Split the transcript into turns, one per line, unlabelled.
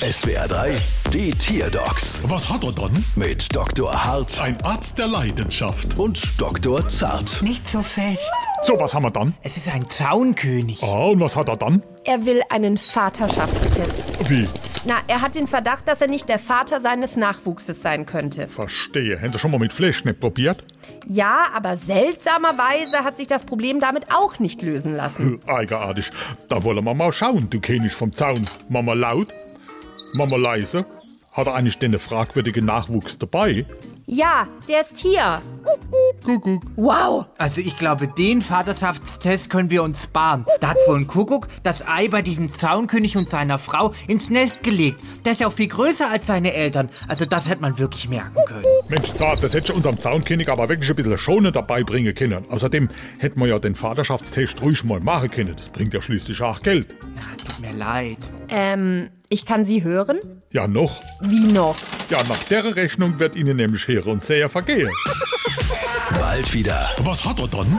SWR 3, die Tierdocs
Was hat er dann?
mit Dr. Hart
Ein Arzt der Leidenschaft.
und Dr. Zart.
Nicht so fest.
So, was haben wir dann?
Es ist ein Zaunkönig.
Ah, und was hat er dann?
Er will einen Vaterschaftstest.
Wie?
Na, er hat den Verdacht, dass er nicht der Vater seines Nachwuchses sein könnte.
Verstehe. Haben Sie schon mal mit Fleischknepp probiert?
Ja, aber seltsamerweise hat sich das Problem damit auch nicht lösen lassen.
Äh, Eigenartig. Da wollen wir mal schauen, du König vom Zaun. Mama laut, Mama leise. Hat er eigentlich den fragwürdigen Nachwuchs dabei?
Ja, der ist hier.
Kuckuck.
Wow,
Also ich glaube, den Vaterschaftstest können wir uns sparen. Da hat wohl ein Kuckuck das Ei bei diesem Zaunkönig und seiner Frau ins Nest gelegt. Der ist ja auch viel größer als seine Eltern. Also das hätte man wirklich merken können.
Mensch, Zart, das hättest du unserem Zaunkönig aber wirklich ein bisschen schonen dabei bringen können. Außerdem hätten wir ja den Vaterschaftstest ruhig mal machen können. Das bringt ja schließlich auch Geld.
Ach, tut mir leid.
Ähm, ich kann Sie hören?
Ja, noch.
Wie noch?
Ja, nach der Rechnung wird Ihnen nämlich Heere und Säher vergehen.
Bald wieder.
Was hat er dann?